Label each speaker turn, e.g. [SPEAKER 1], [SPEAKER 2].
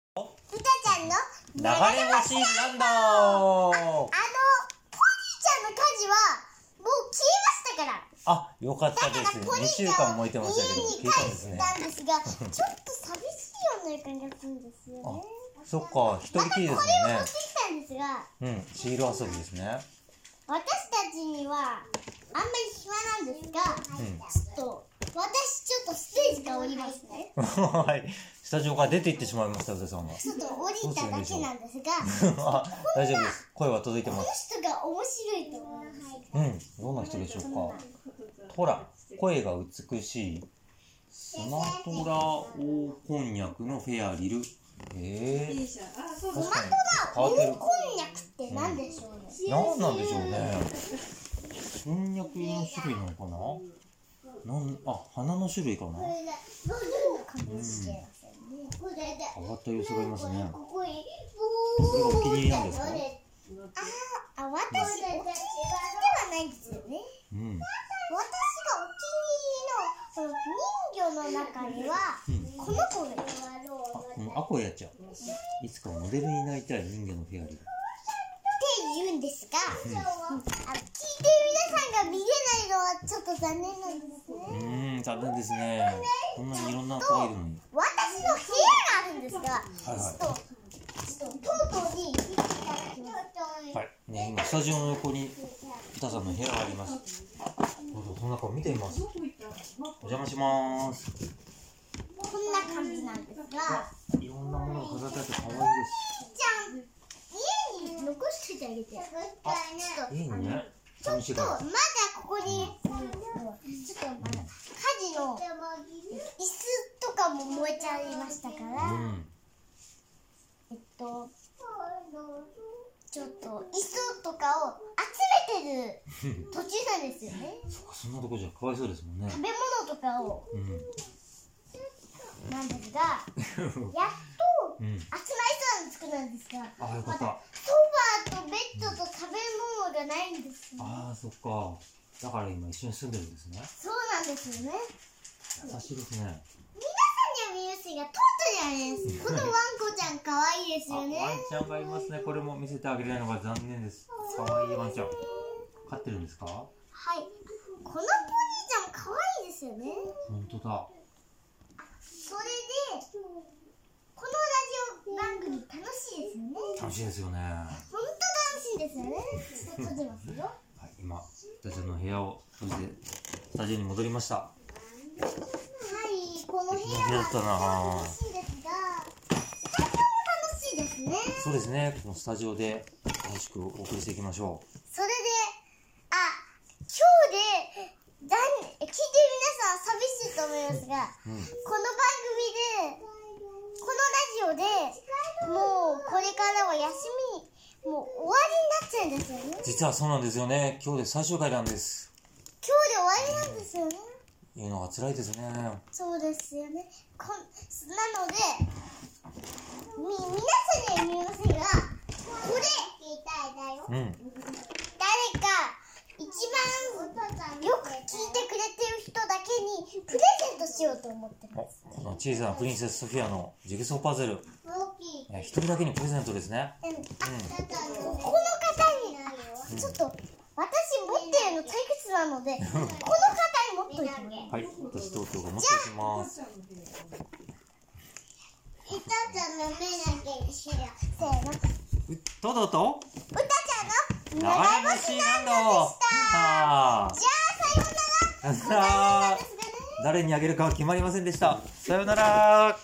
[SPEAKER 1] うたちゃんの
[SPEAKER 2] 流れ星ランド
[SPEAKER 1] あの、ポニーちゃんの火事は、もう消えましたから。
[SPEAKER 2] あ、よかった
[SPEAKER 1] だ
[SPEAKER 2] で
[SPEAKER 1] か
[SPEAKER 2] す。
[SPEAKER 1] らポニ
[SPEAKER 2] 2
[SPEAKER 1] ーち
[SPEAKER 2] 週
[SPEAKER 1] ゃ
[SPEAKER 2] 間
[SPEAKER 1] んを
[SPEAKER 2] 燃
[SPEAKER 1] 家
[SPEAKER 2] えて
[SPEAKER 1] に
[SPEAKER 2] ましたけど、消えたん
[SPEAKER 1] 帰
[SPEAKER 2] で
[SPEAKER 1] っ
[SPEAKER 2] すね。
[SPEAKER 1] たんですが、ちょっと寂しいような感じがするんですよね。
[SPEAKER 2] そっか、一人きりですもん
[SPEAKER 1] これを
[SPEAKER 2] ね
[SPEAKER 1] 持って。きたんですが、
[SPEAKER 2] うん、シール遊びですね。
[SPEAKER 1] 私たちには、あんまり暇なんですが、
[SPEAKER 2] ん
[SPEAKER 1] ちょっと、私ちょっとステージから降りますね。
[SPEAKER 2] はい。スタジオから出て行ってしまいました、うたさんが。
[SPEAKER 1] ちょっと降りただけなんですが、
[SPEAKER 2] あ、大丈夫です。声は届いて
[SPEAKER 1] こ
[SPEAKER 2] ま
[SPEAKER 1] の
[SPEAKER 2] す。
[SPEAKER 1] 人が面白いと思います。
[SPEAKER 2] うん、どんな人でしょうか。トラ、声が美しい。スマトラ王こんにゃくのフェアリル。ええ
[SPEAKER 3] あ、そう
[SPEAKER 2] ー。
[SPEAKER 3] だ。
[SPEAKER 2] 確かに変
[SPEAKER 1] 大
[SPEAKER 2] わ
[SPEAKER 1] こ
[SPEAKER 2] っ
[SPEAKER 1] ん
[SPEAKER 2] てる。
[SPEAKER 1] にゃくって何でしょうね。
[SPEAKER 2] なんなんでしょうね。こんにゃくの種類なのかな。なん、あ、花の種類かな
[SPEAKER 1] こ。れだ、どんな感じしてませんね。これだ、
[SPEAKER 2] 変わった様子がいますね。
[SPEAKER 1] ここに、
[SPEAKER 2] それがお気に入りなんですか
[SPEAKER 1] ああ、私、お気に入りではないんですよね。
[SPEAKER 2] うん。
[SPEAKER 1] 私がお気に入りの、その人魚の中には、この子がいます。
[SPEAKER 2] あ、うん、あ、これやっちゃう。いつかモデルになりたい人間のフェア
[SPEAKER 1] っ
[SPEAKER 2] リル。
[SPEAKER 1] て言うんですが、あの聞いて皆さんが見れないのはちょっと残念なんですね。
[SPEAKER 2] うーん、残念ですね。こんなにいろんな子がいるのに。
[SPEAKER 1] 私の部屋があるんですが、ちょっと、ちょっと、とうとうに、
[SPEAKER 2] はい。ね、今スタジオの横に、うたさんの部屋があります。どうぞ、その中を見てみます。
[SPEAKER 3] どこ行ったの
[SPEAKER 2] お邪魔しまーす。
[SPEAKER 1] こんな感じなんですが、ちゃ
[SPEAKER 2] いろんなものを飾ってあって可愛いです。
[SPEAKER 1] ん、家に残しててあげて。あ
[SPEAKER 2] いいね。
[SPEAKER 1] ちょっと、
[SPEAKER 2] 寂しい
[SPEAKER 1] まだ
[SPEAKER 2] か。
[SPEAKER 1] ここに、ちょっとまだ、家事の椅子とかも燃えちゃいましたから
[SPEAKER 2] う
[SPEAKER 1] ら、
[SPEAKER 2] ん。
[SPEAKER 1] えっと、ちょっと、椅子とかを集めてる途中なんですよね。
[SPEAKER 2] そっか、そんなとこじゃかわいそうですもんね。
[SPEAKER 1] 食べ物とかを、
[SPEAKER 2] うん。
[SPEAKER 1] なんですが、やっと、
[SPEAKER 2] うん。
[SPEAKER 1] 集まりそうなの作るんですが、
[SPEAKER 2] あよか
[SPEAKER 1] ま
[SPEAKER 2] った
[SPEAKER 1] だソファーとベッドと食べ物がないんですよ。
[SPEAKER 2] ああ、そっか。だから今一緒に住んでるんですね。
[SPEAKER 1] そうなんですよね。
[SPEAKER 2] 優しいですね。
[SPEAKER 1] 皆さんには見えますが、トートじゃないです。このワンコちゃん可愛いです
[SPEAKER 2] あ、
[SPEAKER 1] よ
[SPEAKER 2] ワン
[SPEAKER 1] ね。
[SPEAKER 2] ちゃんがいますね。これも見せてあげれないのが残念です。かわいいワンちゃん。飼ってるんですか
[SPEAKER 1] はい。このポニーちゃん可愛いですよね。
[SPEAKER 2] ほんとだ。
[SPEAKER 1] それで、このラジオ番組楽しいですよね。
[SPEAKER 2] 楽しいですよね。
[SPEAKER 1] 本
[SPEAKER 2] は
[SPEAKER 1] 当楽しいですよね。ちょっと閉じますよ。
[SPEAKER 2] い、今、スタジオの部屋を閉じて、スタジオに戻りました。
[SPEAKER 1] はい、この部
[SPEAKER 2] いい部
[SPEAKER 1] 屋
[SPEAKER 2] 屋
[SPEAKER 1] は
[SPEAKER 2] だったな
[SPEAKER 1] 楽しいですが、スタジオも楽しいですね。
[SPEAKER 2] そうですね。このスタジオで楽しくお送りしていきましょう。
[SPEAKER 1] それで、あ、今日で、残念聞いてる皆さんは寂しいと思いますが、
[SPEAKER 2] ん
[SPEAKER 1] この番組で、このラジオで、もうこれからは休み、もう終わりになっちゃうんですよね。
[SPEAKER 2] 実はそうなんですよね。今日で最終回なんです。
[SPEAKER 1] 今日で終わりなんですよね。
[SPEAKER 2] いうのが辛いですね。
[SPEAKER 1] そうですよね。こんなので、み、皆さんには見えませんが、これ、
[SPEAKER 2] うん。
[SPEAKER 1] 誰か一番よく聞いてくれてる人だけにプレゼントしようと思って
[SPEAKER 2] あ
[SPEAKER 1] ます。
[SPEAKER 2] この小さなプリンセスソフィアのジグソーパズル。
[SPEAKER 1] うん
[SPEAKER 2] え一人だけにプレゼントですね。
[SPEAKER 1] あ、
[SPEAKER 2] う
[SPEAKER 1] この方に、ちょっと私持ってるの退屈なので、この方に持っといてもらい
[SPEAKER 2] ん。はい。私、東京が持っていきます。
[SPEAKER 1] ひとつの目だけにしよせーの。うたち
[SPEAKER 2] うどうだと
[SPEAKER 1] ゃんの
[SPEAKER 2] 流れ
[SPEAKER 1] 長い
[SPEAKER 2] 星ランドあ
[SPEAKER 1] じゃあ、さようなら。
[SPEAKER 2] ー
[SPEAKER 1] ですがね。
[SPEAKER 2] 誰にあげるかは決まりませんでした。さようなら